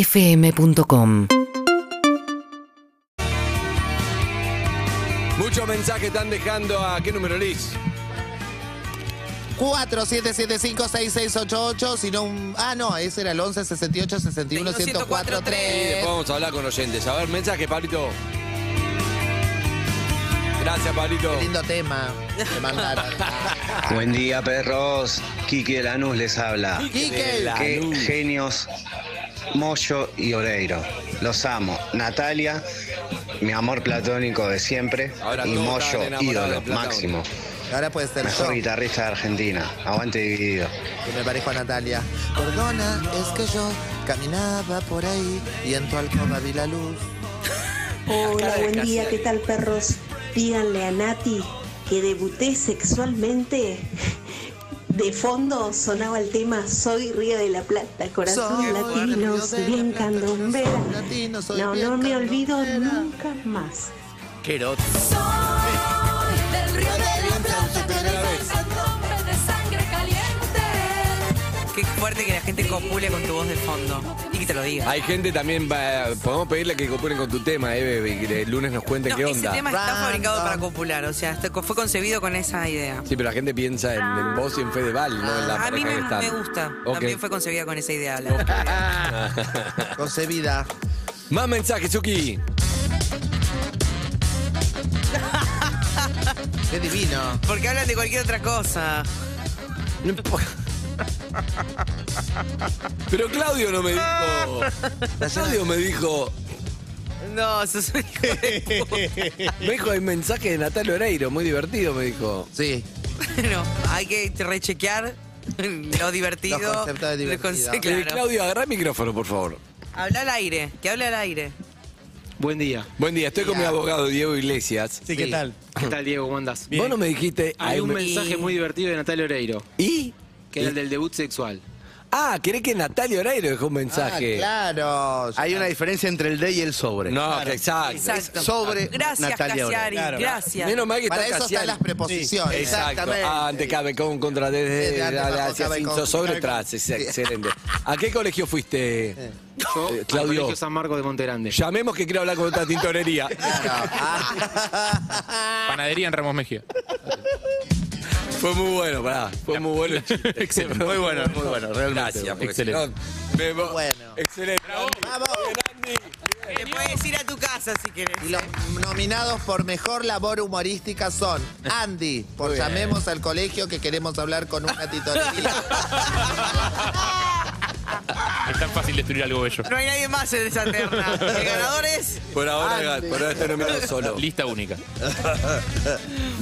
urbanaplayfm.com Muchos mensajes están dejando a qué número Liz. 47756688, sino un... Ah, no, ese era el 11 68 61 104 Y después vamos a hablar con oyentes. A ver, mensaje, Pablito. Gracias, Pablito. Lindo tema. Te mandaron. Buen día, perros. Quique Lanús les habla. Quique. La Qué luz. genios Moyo y Oreiro. Los amo. Natalia, mi amor platónico de siempre. Ahora y todos Moyo, están enamorados de ídolo, Platón. máximo. Ahora puede ser yo, Mejor que guitarrista de Argentina. Aguante dividido. me parezco a Natalia. Perdona, es que yo caminaba por ahí y en tu alcoba vi la luz. Hola, buen día, ¿qué tal perros? Díganle a Nati que debuté sexualmente. De fondo sonaba el tema Soy Río de la Plata, Corazón Latino, soy bien candombera. No, no me olvido nunca más. Querot. Del río de la plata, Primera vez. candombe de sangre caliente. Qué fuerte que la gente copule con tu voz de fondo. Y que te lo diga. Hay gente también, va- podemos pedirle que copulen con tu tema, eh, bebé, y que el lunes nos cuenten No, qué ese onda. tema está Random. fabricado para copular, o sea, está- fue concebido con esa idea. Sí, pero la gente piensa en, en vos y en Fedeval, no en la Ah. a mí pareja me, que están. me gusta. Ah, Ok. También fue concebida con esa idea. la- Concebida. Más mensajes, Suki. Qué divino. Porque hablan de cualquier otra cosa. No impo- Pero Claudio no me dijo. Claudio me dijo. No, eso es Me dijo el mensaje de Natal Oreiro, muy divertido, me dijo. Sí. Bueno, hay que rechequear lo divertido. Los conceptos de los conce- divertido. Eh, claro. Claudio, agarrá el micrófono, por favor. Habla al aire, que hable al aire. Buen día. Buen día, estoy con mi abogado Diego Iglesias. Sí, ¿qué tal? ¿Qué tal, Diego? ¿Cómo andás? Vos no me dijiste. Hay ay, un me- mensaje muy divertido de Natalia Oreiro, ¿Y? que era el del debut sexual. Ah, ¿querés que Natalia Oreiro dejó un Ah, mensaje? claro. Hay una diferencia entre el de y el sobre. No, exacto. Exacto. sobre Gracias, Natalia Oreiro. Casiari. Claro. Gracias. Menos mal que Para está eso están Cassiani. las preposiciones. Exacto. Ah, Ante cabe con, contra desde, Desde ante, bajo, hacia cabe sin, con, so- sobre cabe con. tras. Es Sí. Excelente. ¿A qué colegio fuiste? Yo, Eh, al Claudio. Colegio San Marcos de Monterande. Llamemos que quiero hablar con otra tintorería. Panadería en Ramos Mejía. Fue muy bueno, pará. Fue muy bueno. el chiste. Excelente. Muy bueno, muy bueno, realmente. Gracias, porque Excelente. si no, me- Bueno. Excelente. Vamos. Te puedes ir a tu casa si quieres. Y los nominados por mejor labor humorística son Andy, por llamemos al colegio que queremos hablar con una titorería. Es tan fácil destruir algo bello. No hay nadie más en esa terna. El ganador es. Por ahora, por ahora estoy nominado solo. Lista única.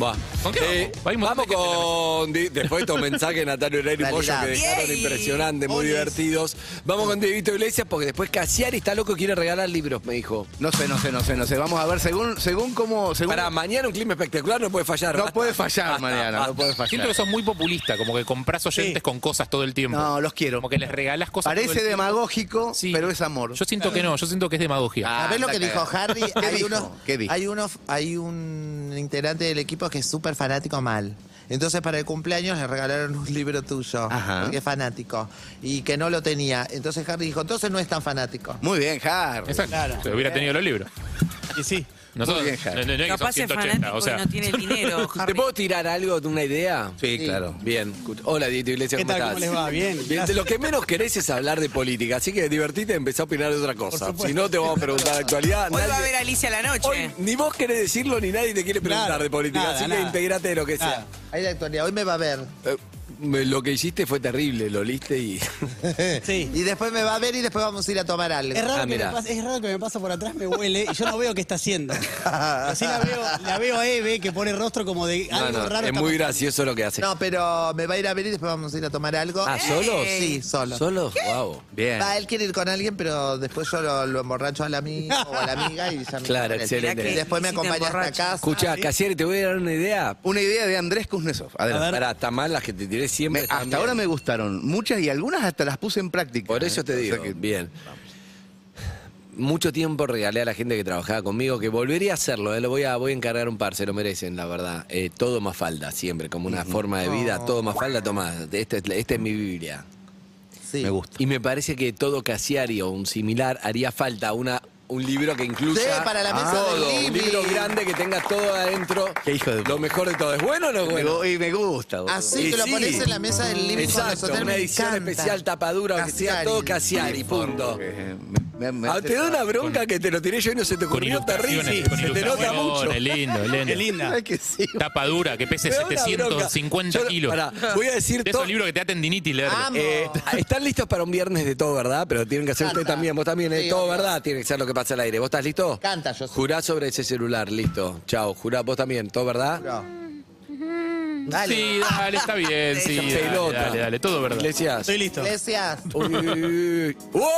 Va. ¿Con qué vamos? Hay Eh, vamos un montón de gente con. di- Después de estos mensajes de Natalia Herrera y Pollo que Realidad. dejaron Yay. impresionantes, muy divertidos. Vamos con Dieguito Iglesias porque después Casiari está loco y quiere regalar libros, me dijo. No sé, no sé, no sé, no sé. Vamos a ver, según, según cómo. Según, Para mañana un clima espectacular no puede fallar. no Basta. puede fallar, Mariana, no puede Siento fallar. que sos muy populista, como que compras oyentes con cosas todo el tiempo. No, los quiero. Como que les regalás cosas. todo Parece el tiempo. demagógico, Sí. pero es amor. Yo siento que no, yo siento que es demagogia. Ah, ¿Sabés lo anda que a dijo cagar. Harry? ¿Qué hay, dijo? unos- ¿Qué dijo? hay unos- hay un integrante del equipo que es súper fanático mal. Entonces para el cumpleaños le regalaron un libro tuyo, Ajá. porque es fanático, y que no lo tenía. Entonces Harry dijo, entonces no es tan fanático. Muy bien, Harry. Exacto. Si hubiera tenido los libros. Y sí. Nosotros, Muy bien, Jara. no, no, no es que son Capaz es 180, fanático o sea. y no tiene el dinero. ¿Te Harry. puedo tirar algo de una idea? Sí, claro. Bien. escucha. Hola, Dieguito Iglesias, ¿cómo estás? Bien. De, de lo que menos querés es hablar de política, así que divertite y empezá a opinar de otra cosa. Si no, te vamos a preguntar de actualidad. Hoy va a nadie- ver a Alicia a la Hoy noche. ni vos querés decirlo ni nadie te quiere preguntar de política, así que integrate de lo que sea. Ahí la actualidad, hoy me va a ver. Eh, me- lo que hiciste fue terrible, lo oliste y. Y después me va a ver y después vamos a ir a tomar algo. ah, mirá. Es raro que me pasa por atrás, me huele y yo no veo qué está haciendo. Así la veo- la veo a Eve que pone rostro como de No, no, es muy gracioso lo que haces. No, pero me va a ir a ver y después vamos a ir a tomar algo. Ah, ¿solos? Sí, solo. ¿Solo? Wow. Bien. Va, él quiere ir con alguien, pero después yo lo, lo emborracho al amigo o a la amiga y ya Claro, me voy con él. excelente. Y después me Mirá que acompaña hasta emborracho. casa. Escucha, Casieri, te voy a dar una idea. Una idea de Andrés Kuznetsov. Adelante. Pará, está mal las que te tiré Me- siempre. están hasta bien. ahora me gustaron muchas y algunas hasta las puse en práctica. Por eso te ¿eh? O sea digo. que- Bien. Mucho tiempo regalé a la gente que trabajaba conmigo, que volvería a hacerlo, eh, lo voy a, voy a encargar un par, se lo merecen, la verdad. Eh, todo más Oh. falda, siempre, como una forma de vida, todo más falda, tomás. Este, es- este es mi Biblia. Sí. Me gusta. Y me parece que todo Casiari o un similar haría falta una, un libro que incluya Sí, para la mesa todo. del un living. libro grande que tenga todo adentro. Qué hijo de Lo mejor de todo. ¿Es bueno o no es Me bueno? gu- y me gusta. boludo. Así Y que lo sí. pones en la mesa del living con los Exacto, hoteles, una me edición encanta. especial, tapadura, que sea Casiari. todo Casiari, punto. Porque Eh, me- me- me Ah, hace- te da una bronca que te lo tiré yo y no se te Con ocurrió ilustraciones, terrible. con Se te nota mucho. ilustraciones. Lindo, lindo. Qué linda. Ay, que sí. Tapa dura, que pese Me da una bronca. 750 Yo- kilos. pará, voy a decir de todo- esos libros que te hacen dinitis leerlo. Amo. Eh, están listos para un viernes de todo, ¿verdad? Pero tienen que hacer Canta. ustedes también. Vos también, ¿eh? Sí, todo, obvio. ¿verdad? Tiene que ser lo que pasa al aire. ¿Vos estás listo? Canta, yo sí. Jurá sobre ese celular, listo. Chao, jurá vos también, todo, ¿verdad? Dale. Sí, dale, está bien, sí. Dale, Pelota. dale, dale, todo verdad. Iglesias. Estoy listo. Iglesias. Uy, uy, uy. ¡Wow!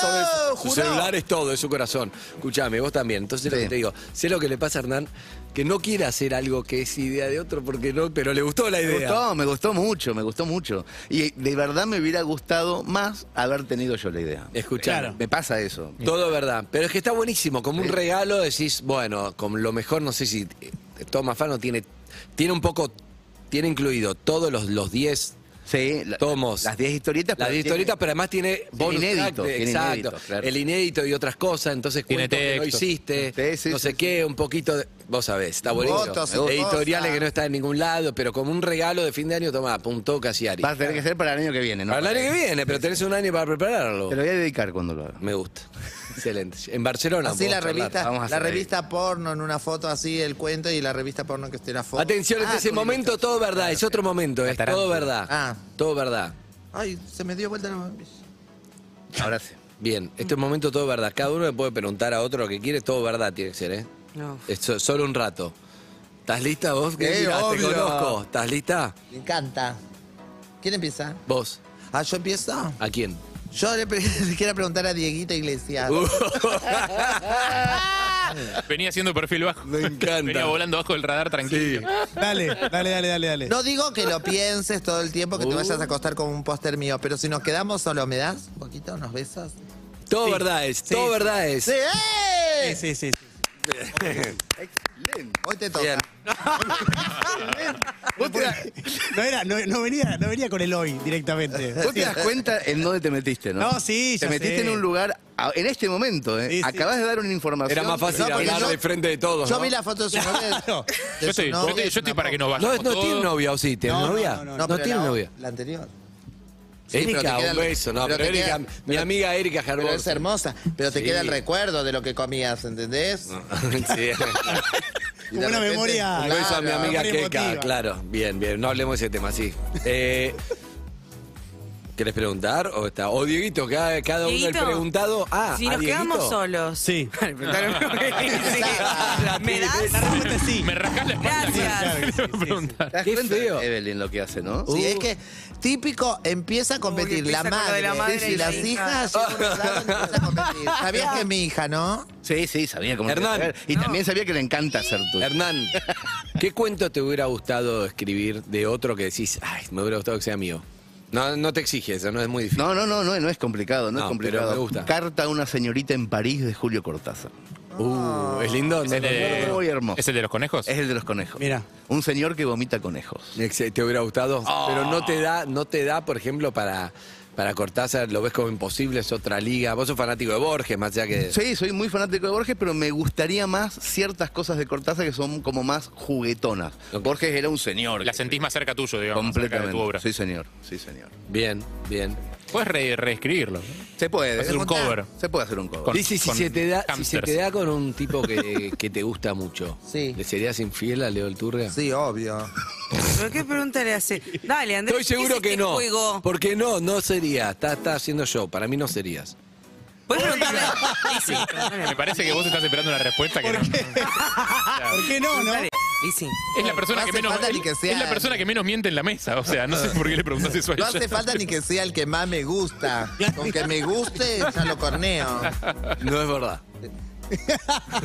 Sobre ¡Eh, su juró! celular es todo, es su corazón. Escuchame, vos también. Entonces lo Sí. que te digo, sé lo que le pasa a Hernán, que no quiere hacer algo que es idea de otro, porque no, pero le gustó la Me idea. gustó, me gustó mucho, me gustó mucho. Y de verdad me hubiera gustado más haber tenido yo la idea. Escuchame. Claro. Me pasa eso. Todo verdad. Pero es que está buenísimo. Como un regalo decís, bueno, con lo mejor, no sé si eh, Toma Fano tiene, tiene un poco, tiene incluido todos los los 10 Sí, la- Tomos. Las 10 historietas. las pero 10 tiene- historietas, pero además tiene bonus inédito, track de- tiene exacto, inédito, claro. el inédito y otras cosas, entonces Tiene cuentos que no texto. hiciste, Sí, sí, no sí, sé sí. qué, un poquito, de- vos sabés, está buenísimo. Votos, Editoriales cosas. que no están en ningún lado, pero como un regalo de fin de año, tomá, apuntó Casiari. Va a tener que ser para el año que viene, ¿no? eh. Para el año que viene, pero tenés un año para prepararlo. Te lo voy a dedicar cuando lo haga. Me gusta. Excelente. En Barcelona. Así la podemos charlar. revista, vamos a la hacer ahí. revista porno en una foto así, el cuento y la revista porno que esté la foto. Atención, este Ah, es el con momento, todo verdad, es otro momento, es todo verdad. Ah. Todo verdad. ilustración. Ay, se me dio vuelta la... Ahora sí. Bien, este es un momento todo verdad. Cada uno le puede preguntar a otro lo que quiere, todo verdad tiene que ser, ¿eh? No. Es so- solo un rato. ¿Estás lista vos? Que Sí, mirá, te Eh, obvio. conozco. ¿Estás lista? Me encanta. ¿Quién empieza? Vos. Ah, ¿yo empiezo? ¿A quién? Yo le, pre- le quiero preguntar a Dieguita Iglesias. Venía haciendo perfil bajo. Me encanta. Venía volando bajo el radar tranquilo. Dale, dale, dale, dale, dale. No digo que lo pienses todo el tiempo, que te Uh. vayas a acostar con un póster mío, pero si nos quedamos solo, ¿me das un poquito, unos besos? Todo verdad es, Sí, todo sí. verdad es. ¡Sí! Sí, sí, sí. sí. Hoy te toca. Bien. ¿Vos te, da- No, era, no, no venía, no venía con el hoy directamente. vos te das cuenta en dónde te metiste, ¿no? No, sí, ya Te metiste sé. en un lugar, a- en este momento, ¿eh? Sí, sí. Acabas de dar una información. Era más fácil No, porque hablar yo- de frente de todos. Yo ¿no? vi la foto de su novia. Claro. de Yo su estoy, yo novia, estoy- es yo estoy una para que nos No, vayamos. no tiene todos. novia, ¿o sí? ¿Tiene No, no, novia? no, no, No, pero tiene la, novia. Eh, La anterior. Sí, pero te Erika, queda un el- beso. No, pero pero, te Erika, queda- mi amiga Erika Jarbor. Pero es hermosa. Pero te Sí. queda el recuerdo de lo que comías, ¿entendés? Sí. Y Como de una memoria- Un beso a mi Claro. amiga Memoria Keka, emotiva. claro. Bien, bien. No hablemos de ese tema, sí. Eh, ¿Querés preguntar? O, está, o Dieguito, cada, cada uno el Dieguito, preguntado. Ah, si ¿a nos Dieguito? quedamos solos. Sí. Dale, preguntale lo que- sí. ¿Me La das? respuesta es sí. Me rascás la espalda. Gracias. Te voy a preguntar. ¿Te das Qué cuenta de feo. Evelyn lo que hace, ¿no? Sí, es que típico empieza a competir Uh. empieza la, con lo madre, de la madre y y la las hija. hijas. llega un grado en que empieza a competir. Sabías que mi hija, ¿no? Sí, sí, sabía cómo Hernán. era. Y también sabía que le encanta hacer tú. Hernán, ¿qué cuento te hubiera gustado escribir de otro que decís, ay, me hubiera gustado que sea mío? No, no te exiges, eso no es muy difícil. No, no, no, no, no es complicado, no, No, es complicado. pero me gusta. Carta a una señorita en París de Julio Cortázar. Uh, es lindo. ¿no? ¿Es el de- Muy hermoso. ¿Es el de los conejos? Es el de los conejos. Mira. Un señor que vomita conejos. Ex- ¿Te hubiera gustado? Oh. Pero no te da, no te da, por ejemplo, para, para Cortázar, lo ves como imposible, es otra liga. Vos sos fanático de Borges, más allá que. Sí, soy muy fanático de Borges, pero me gustaría más ciertas cosas de Cortázar que son como más juguetonas. Borges era un señor. La sentís más cerca tuyo, digamos. cerca de tu completamente. obra. Sí, señor. Sí, señor. Bien, bien. Puedes re- reescribirlo. Se puede. Hacer un Preguntá. cover. Se puede hacer un cover. Con- Y si, si con se te da, si se hamsters. te da con un tipo que, que te gusta mucho, Sí. ¿le serías infiel a Leo Alturria? Sí, obvio. ¿Pero qué pregunta le hace? Dale, Andrés. Estoy ¿qué es seguro este que no. Juego? Porque no, no sería. Está, está haciendo yo. Para mí no serías. ¿Puedes preguntarle? Lisi. Me parece que vos estás esperando una respuesta que no. ¿Por qué no, no? Dale, Lisi. Es la persona No que hace menos. falta es- ni que sea- Es la persona que menos miente en la mesa. O sea, no sé por qué le preguntás eso a No ella. hace falta ni que sea el que más me gusta. Con que me guste, ya lo corneo. No es verdad.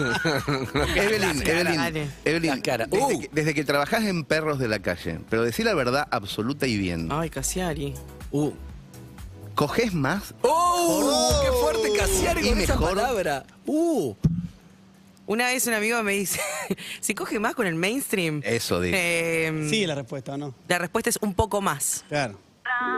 Evelyn, dale. Evelyn, Las Evelyn caras. desde, Uh. que, desde que trabajás en Perros de la Calle, pero decir la verdad absoluta y bien, Ay, Casiari. Uh. ¿cogés más? ¡Oh! ¡Qué fuerte Casiari Y con esa mejor. palabra! ¡Uh! Una vez un amigo me dice, si coge más con el mainstream? Eso digo. Eh, Sí, la respuesta, ¿o no? La respuesta es un poco más. Claro.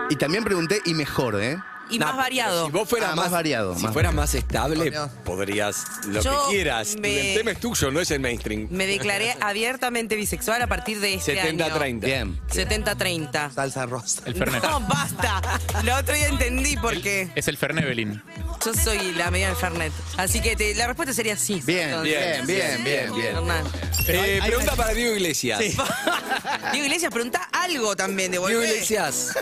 Y también pregunté, y mejor, ¿eh? Y Nah, más pero variado. Si vos fueras Ah, más, más variado, Si más fueras más estable, Coño. podrías lo Yo que quieras. me- El tema es tuyo, no es el mainstream. Me declaré abiertamente bisexual a partir de este año. 70-30. Bien. 70-30. Salsa rosa. El Fernet. No, basta. La otra día entendí por qué. Es el Fernevelin. Yo soy la media del Fernet. Así que te- la respuesta sería sí. Bien, bien, bien, bien, bien. Hernán. Pero hay- Eh, hay- pregunta para Diego Iglesias. Sí. Diego Iglesias, pregunta algo también de Diego volver. Iglesias,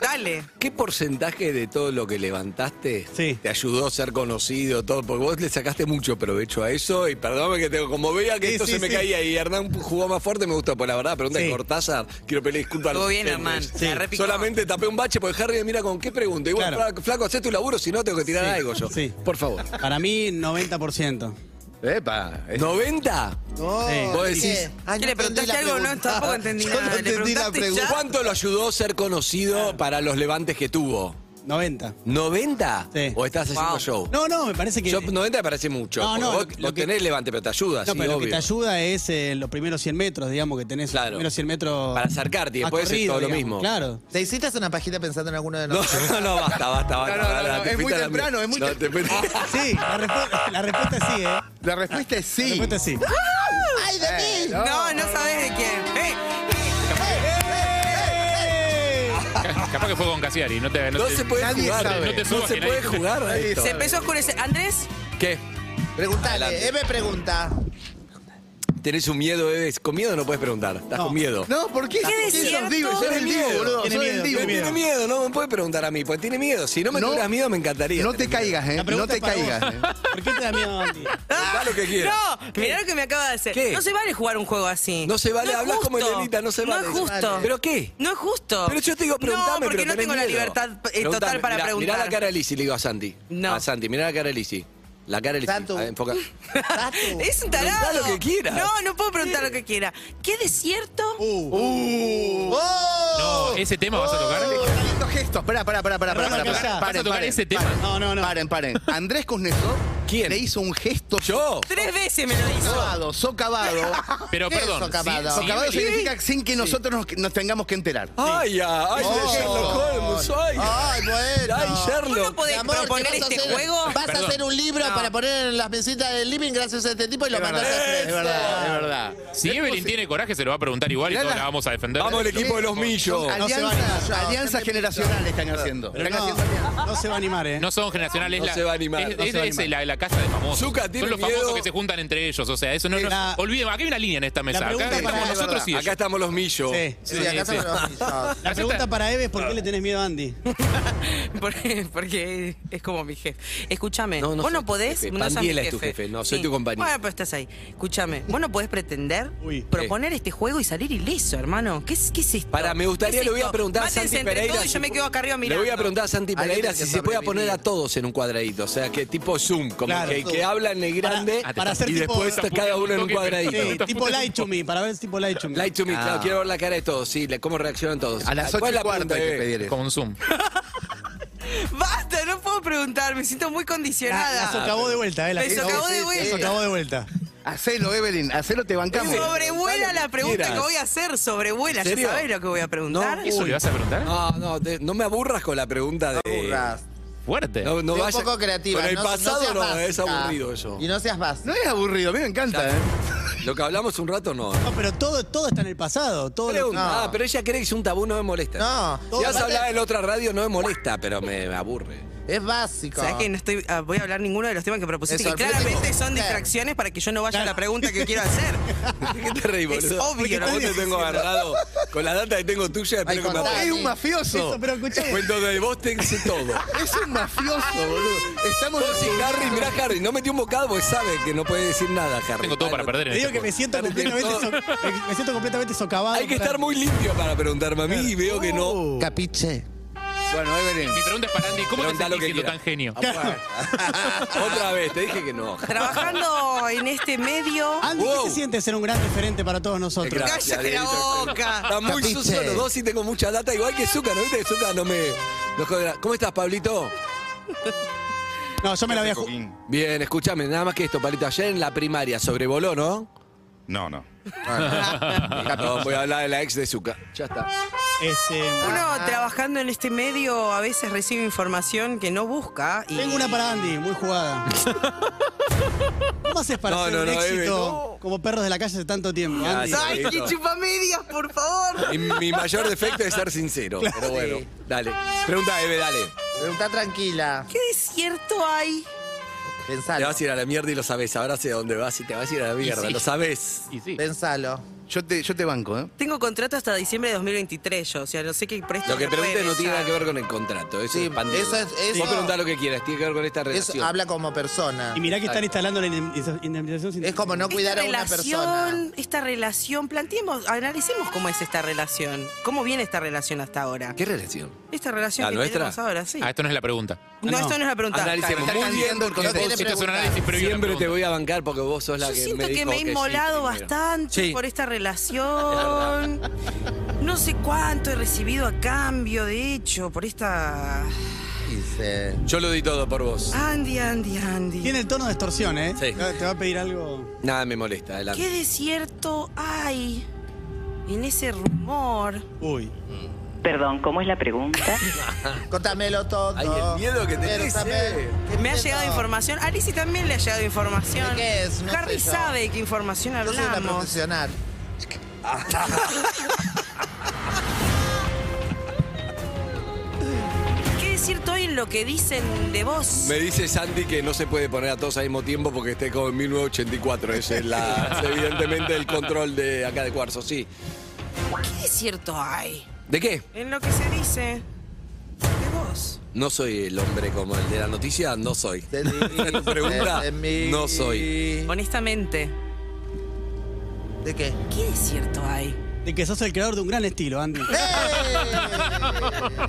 Dale. ¿qué porcentaje de todo lo que levantaste Sí. te ayudó a ser conocido? todo Porque vos le sacaste mucho provecho a eso y perdóname que tengo como veía que Sí, esto sí, se me sí. caía y Hernán jugó más fuerte, me gustó. Por la verdad, pregunta de Sí. Cortázar, quiero pedir disculpas. a los Estuvo bien, oyentes. Hernán. La repicó. Solamente tapé un bache porque Harry mira con qué pregunta. Igual, Claro. flaco, flaco, hacé tu laburo, si no tengo que tirar Sí. algo yo. Sí. Por favor. Para mí, 90%. Epa. es- ¿90? Sí. Vos decís, Ay, no ¿Qué le entendí preguntaste la algo? No, pregunta. tampoco entendí Yo nada. no ¿Le entendí la preguntaste pregunta. ya? ¿cuánto lo ayudó ser conocido para los levantes que tuvo? 90. ¿90? Sí. ¿O estás haciendo Wow. show? No, no, me parece que. Yo, 90 me parece mucho. No, porque no, vos, lo que- vos lo que- tenés levante, pero te ayuda, No, sí, pero lo que obvio. te ayuda es eh, los primeros 100 metros, digamos, que tenés Claro. los primeros 100 metros. Para acercarte y más después es corrido, todo lo digamos. mismo. Claro. ¿Te hiciste una pajita pensando en alguno de No, nosotros? no, no, basta, basta, basta. no, basta, no, te es muy pinta la temprano, mierda. es muy No, te pinta- Sí, la, respu- la respuesta es sí, ¿eh? La respuesta es sí. La respuesta es sí. ¡Ay, de mí! No, no sabes de quién. ¡Eh! Capaz que fue con Casiari. No te, no No te- se puede Nadie jugar. sabe. No, No te subas, se que puede nadie- jugar a esto. Se empezó a oscurecer. Andrés, ¿Qué? Preguntale, Adelante. Eve pregunta. eh. ¿Tenés un miedo, Eves? Con miedo no puedes preguntar. Estás No. con miedo. No, ¿por qué? ¿Qué ¿Qué desierto? sos divo? Soy Tiene el divo, miedo, boludo. tiene Soy el miedo, divo. Me tiene miedo, no me puede preguntar a mí, pues tiene miedo. Si no me No. tuvieras miedo, me encantaría. No te caigas, ¿eh? La No pregunta te es para caigas. vos. ¿eh? ¿Por qué te da miedo a ti? Preguntá lo que quieras. Ah, No, mirá lo que me acaba de hacer. ¿Qué? No se vale jugar un juego así. No se vale, es hablas como justo. Elenita, no se vale. No es justo. ¿Pero qué? No es justo. Pero yo te digo, preguntame, No, porque pero no tenés tengo la miedo. libertad eh, total Preguntame, para mirá, preguntar. Mirá la cara de Lizzy, le digo a Santi. No. A Santi, mirá la cara de Lizzy. La cara de Lizzy. Santu. A ver, enfoca. Tatu. Es Preguntá un tarado. lo que quieras. Uh. No, no puedo preguntar lo que quiera. ¿Qué desierto? Uh. ¡Oh! No, ese tema vas a tocar. ¡Oh! este Estos gestos. Pará, pará, pará, pará, pará. no, pará. callá. Vas a Paren, tocar paren, ese tema. No, no, no. Paren, paren. Andrés Kuznetsov ¿Quién? le hizo un gesto ¿Yo? Tres veces me lo hizo. socavado, socavado. Pero ¿Qué es perdón. socavado? si- si Socavado Evelyn- significa sin que nosotros nos, nos tengamos que enterar. Oh. Ay, ah, ay, de Sherlock Holmes, ay. Ah. Ay, bueno. Ay, ¿Vos no Sherlock. podés Amor, te proponer vas a este hacer- juego? Vas a Perdón. hacer un libro No. para poner en las mesitas del living gracias a este tipo y lo mandas a es Fresno. verdad, es verdad. Si Evelyn tiene coraje, se lo va a preguntar igual y Mirá todos la- la vamos a defender. Vamos al equipo de los millos. Son se alianzas, vayan, no, alianzas generacionales están haciendo. Pero Están haciendo no, no se va a animar, ¿eh? No son generacionales. No la- se va a animar, Es, no es- se va a es animar. la, la casa de famosos. Zucca tiene son los miedo. famosos que se juntan entre ellos. O sea, eso no, no La- Olvidemos, acá hay una línea en esta mesa. Acá pregunta estamos para- nosotros y Acá ellos. estamos los millos. Sí. Sí, acá Sí, sí. estamos La pregunta para Eve es: ¿por qué le tenés miedo a Andy? porque, porque es como mi jefe. Escúchame, No, no vos soy no tu podés. jefe. no seas mi Pandiela es tu jefe, no, soy tu compañero. Bueno, pero estás ahí. Escúchame, vos no podés pretender Uy. eh. proponer este juego y salir ileso, hermano. ¿Qué es, qué es esto? Para, me gustaría, ¿Qué es le voy a esto? preguntar a Mátense Santi entre Pereira. todos y yo me quedo acá arriba Le mirando. voy a preguntar a Santi Alguien Pereira tiene si que se puede poner sobrevivir. a todos en un cuadradito. O sea, que tipo Zoom, como Claro. que, que hablan en grande Para- para hacer y tipo- después cada uno en un Sí, cuadradito. tipo Light to Me, para ver si tipo Light to Me. Light to me, Ah. claro, quiero ver la cara de todos, sí, le- cómo reaccionan todos. A las ¿Cuál eh? ocho es y la cuarto pregunta hay que que ves? pedir eso. Con un Zoom. Basta, no puedo preguntar, me siento muy La, la condicionada. socavó de vuelta, ¿eh? La Me socavó- socavó de la vuelta. socavó de vuelta. Hacelo, Evelyn, hacelo, te bancamos. Sobrevuela la pregunta que quieras. voy a hacer, sobrevuela. ¿En ¿Ya serio? sabés lo que voy a preguntar? ¿Eso le vas a preguntar? No, no, te- no me aburras con la pregunta de. Burras. Fuerte. No, no Sé vayas- un poco creativa. Con el no- no pasado seas no, es básica. aburrido eso. Y no seas básica. No es aburrido, a mí me encanta, ¿eh? Lo que hablamos un rato no. No, pero todo, todo está en el pasado. Todo lo- Pregunta. Ah, pero ella cree que es un tabú, no me molesta. No. Si Todo- has hablado en otra radio, no me molesta, pero me aburre. Es básico. O sea que no estoy, ah, voy a hablar ninguno de los temas que propusiste, Me que claramente sorprende. son distracciones para que yo no vaya a la pregunta que quiero hacer. ¿Qué te reí, Es boludo? obvio, A ¿no? vos te tengo agarrado. Con la data que tengo tuya, espero que me contá. Es apagues. un mafioso. Eso, pero escuché. Cuento de vos, te hice todo. Es un mafioso, boludo. Estamos Sí, Harry, mirá, Harry, no metió un bocado porque sabe que no puede decir nada, Harry. Tengo todo para perder. en Te este digo que me siento completamente, so- eh, me- me siento completamente socavado. Hay que estar muy limpio para preguntarme a mí y veo que no. Uh, Capiche. Bueno, Evelyn. Mi pregunta es para Andy, ¿cómo te Preguntá sentís siendo quieras. Ah, tan genio? Otra vez, te dije que no. Trabajando en este medio. Ah, Andy, Wow. ¿qué se siente ser un gran referente para todos nosotros? Gracias, ¡Cállate la Dieguito. boca! Está muy Capiche. sucio los dos y tengo mucha data, igual que Zucca, ¿no viste? que Zucca no me... no jode- ¿Cómo estás, Pablito? No, yo me la voy a jugar. Bien, escúchame, nada más que esto, Pablito. Ayer en la primaria sobrevoló, ¿no? No, no. No, voy a hablar de la ex de Zucca. Ya está. Este, Uno trabajando en este medio a veces recibe información que no busca y tengo una para Andy, muy jugada. ¿Cómo haces para No, ser no, un no, éxito Eve, no. como perros de la calle hace tanto tiempo? Ya, Andy? sí. ¡Ay, que chupa medias, por favor! Y mi mayor defecto es ser sincero. Pero bueno, dale. Pregunta, Eve, dale. Pregunta tranquila. ¿Qué desierto hay? Te Pensalo. vas a ir a la mierda y lo sabes. Ahora sé a dónde vas y te vas a ir a la mierda. sí. Lo sabes. Y sí. Pensalo. Yo te, yo te banco, ¿eh? Tengo contrato hasta diciembre de 2023 yo, o sea, no sé qué presto. Lo que me puede preguntes no tiene nada besar. que ver con el contrato. Eso Sí, es pandemia. eso es- eso- Vos preguntá lo que quieras. Tiene que ver con esta Eso relación. habla como persona. Y mirá que están instalando la indemniza- indemnización sin Es como no cuidar a una persona. Esta relación, planteemos, analicemos cómo es esta relación. ¿Cómo viene esta relación hasta ahora? ¿Qué relación? Esta relación ¿La que nuestra? tenemos ahora, sí. Ah, esto no es la pregunta. no, no. esto no es la pregunta. Analicemos. Está Muy bien, cambiando el porque concepto. vos Esto es un preguntás. análisis previo a la Siempre te pregunta. voy a bancar porque vos sos la Yo que siento me que dijo me he sí inmolado primero. bastante Sí. por esta relación. No sé cuánto he recibido a cambio, de hecho, por esta. Dice. Yo lo di todo por vos. Andy, Andy, Andy. Tiene el tono de extorsión, ¿eh? Sí. Te va a pedir algo. Nada me molesta. Adelante. ¿Qué desierto hay en ese rumor? Uy. Perdón, ¿cómo es la pregunta? Contámelo todo. Ay, el miedo que tenés, Quiero saber. eh. ¿Qué Me ha miedo? llegado información. A Lizzy también le ha llegado información. ¿De qué es? No Harry sé yo. sabe de qué información Yo soy una hablamos. profesional. ¿Qué desierto hay en lo que dicen de vos? Me dice Sandy que no se puede poner a todos al mismo tiempo porque esté como en 1984. Esa es, la, es evidentemente el control de acá de Cuarzo, sí. ¿Qué desierto hay ¿De qué? en lo que se dice de vos? No soy el hombre como el de la noticia, no soy. Se dice Tu pregunta, de mí. no soy. Honestamente, ¿De qué? ¿qué desierto hay? De que sos el creador de un gran estilo, Andy.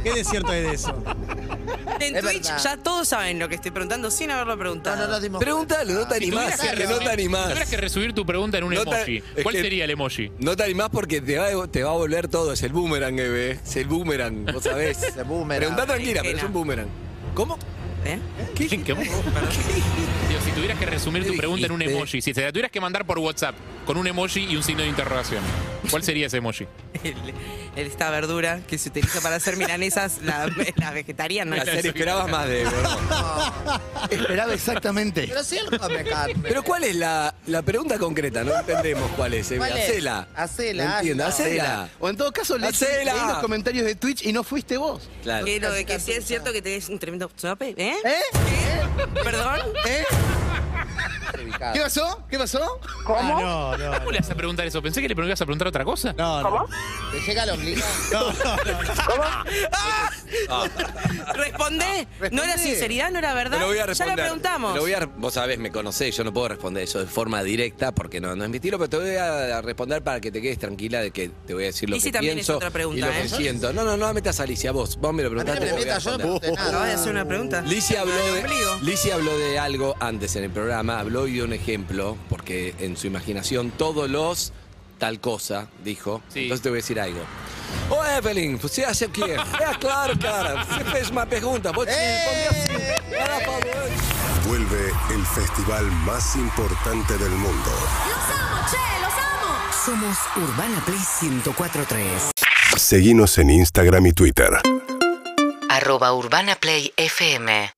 ¿Qué desierto es de eso? En Es Twitch verdad. ya todos saben lo que estoy preguntando sin haberlo No, preguntado. no nos dimos Pregúntalo, no te Si animás, tuvieras que eh, no te Tuvieras que animás. resubir tu pregunta en un No te- emoji. es ¿Cuál que- sería el emoji? No te animás porque te va, te va a volver todo, es el boomerang, bebé. Es el boomerang, vos sabés. el boomerang. Preguntá tranquila, pero es un boomerang. ¿Cómo? ¿Eh? ¿Qué? Digo, si tuvieras que resumir ¿Qué tu pregunta en un dijiste? emoji, si te la tuvieras que mandar por WhatsApp con un emoji y un signo de interrogación, ¿cuál sería ese emoji? El- el- esta verdura que se utiliza para hacer milanesas, la, la vegetariana. Ayer esperabas más de ¿verdad? Esperaba exactamente. Pero sí él come carne. Pero ¿cuál es la, la pregunta concreta? No entendemos cuál es. eh. ¿Cuál es? Hacela. Hacela, No entiendo, hazlo. hacela. O en todo caso, le leí ¡Hacela! los comentarios de Twitch y no fuiste vos. Claro. Eh, Que lo de que sí es cierto que tenés un tremendo sope, ¿eh? ¿Eh? ¿Perdón? ¿Eh? ¿Qué pasó? ¿Qué pasó? ¿Cómo? no, no, ¿Cómo le vas a preguntar eso? Pensé que le ibas a preguntar otra cosa. no, no. ¿Te llega al ombligo? Respondé. No era sinceridad, no era verdad. Te lo voy a ya responder. lo preguntamos. Te lo voy a- vos sabés, me conocés, yo no puedo responder eso de forma directa porque no, no es mi tiro, pero te voy a responder para que te quedes tranquila de que te voy a decir lo Lizzy que también pienso hizo otra pregunta, y lo que ¿eh? siento. No, no, no la metas a Alicia, vos. Vos me lo A mí preguntaste. no me te voy a metas, yo Ah, no responder. pregunté Acabas de nada. hacer una pregunta. Lizzy Mm, habló, de, Ombligo. Lizzy habló de algo antes en el programa, habló y dio un ejemplo, porque en su imaginación todos los tal cosa, dijo. Sí. Entonces te voy a decir algo. Oh, Evelyn, ¿você acha que é? É claro, cara. Você fez uma pergunta. Vou te responder assim. Ela falou. Vuelve el festival más importante del mundo. Los amo, che, los amo. Somos Urbana Play 1043. uh. Seguimos en Instagram y Twitter. Arroba Urbana Play FM.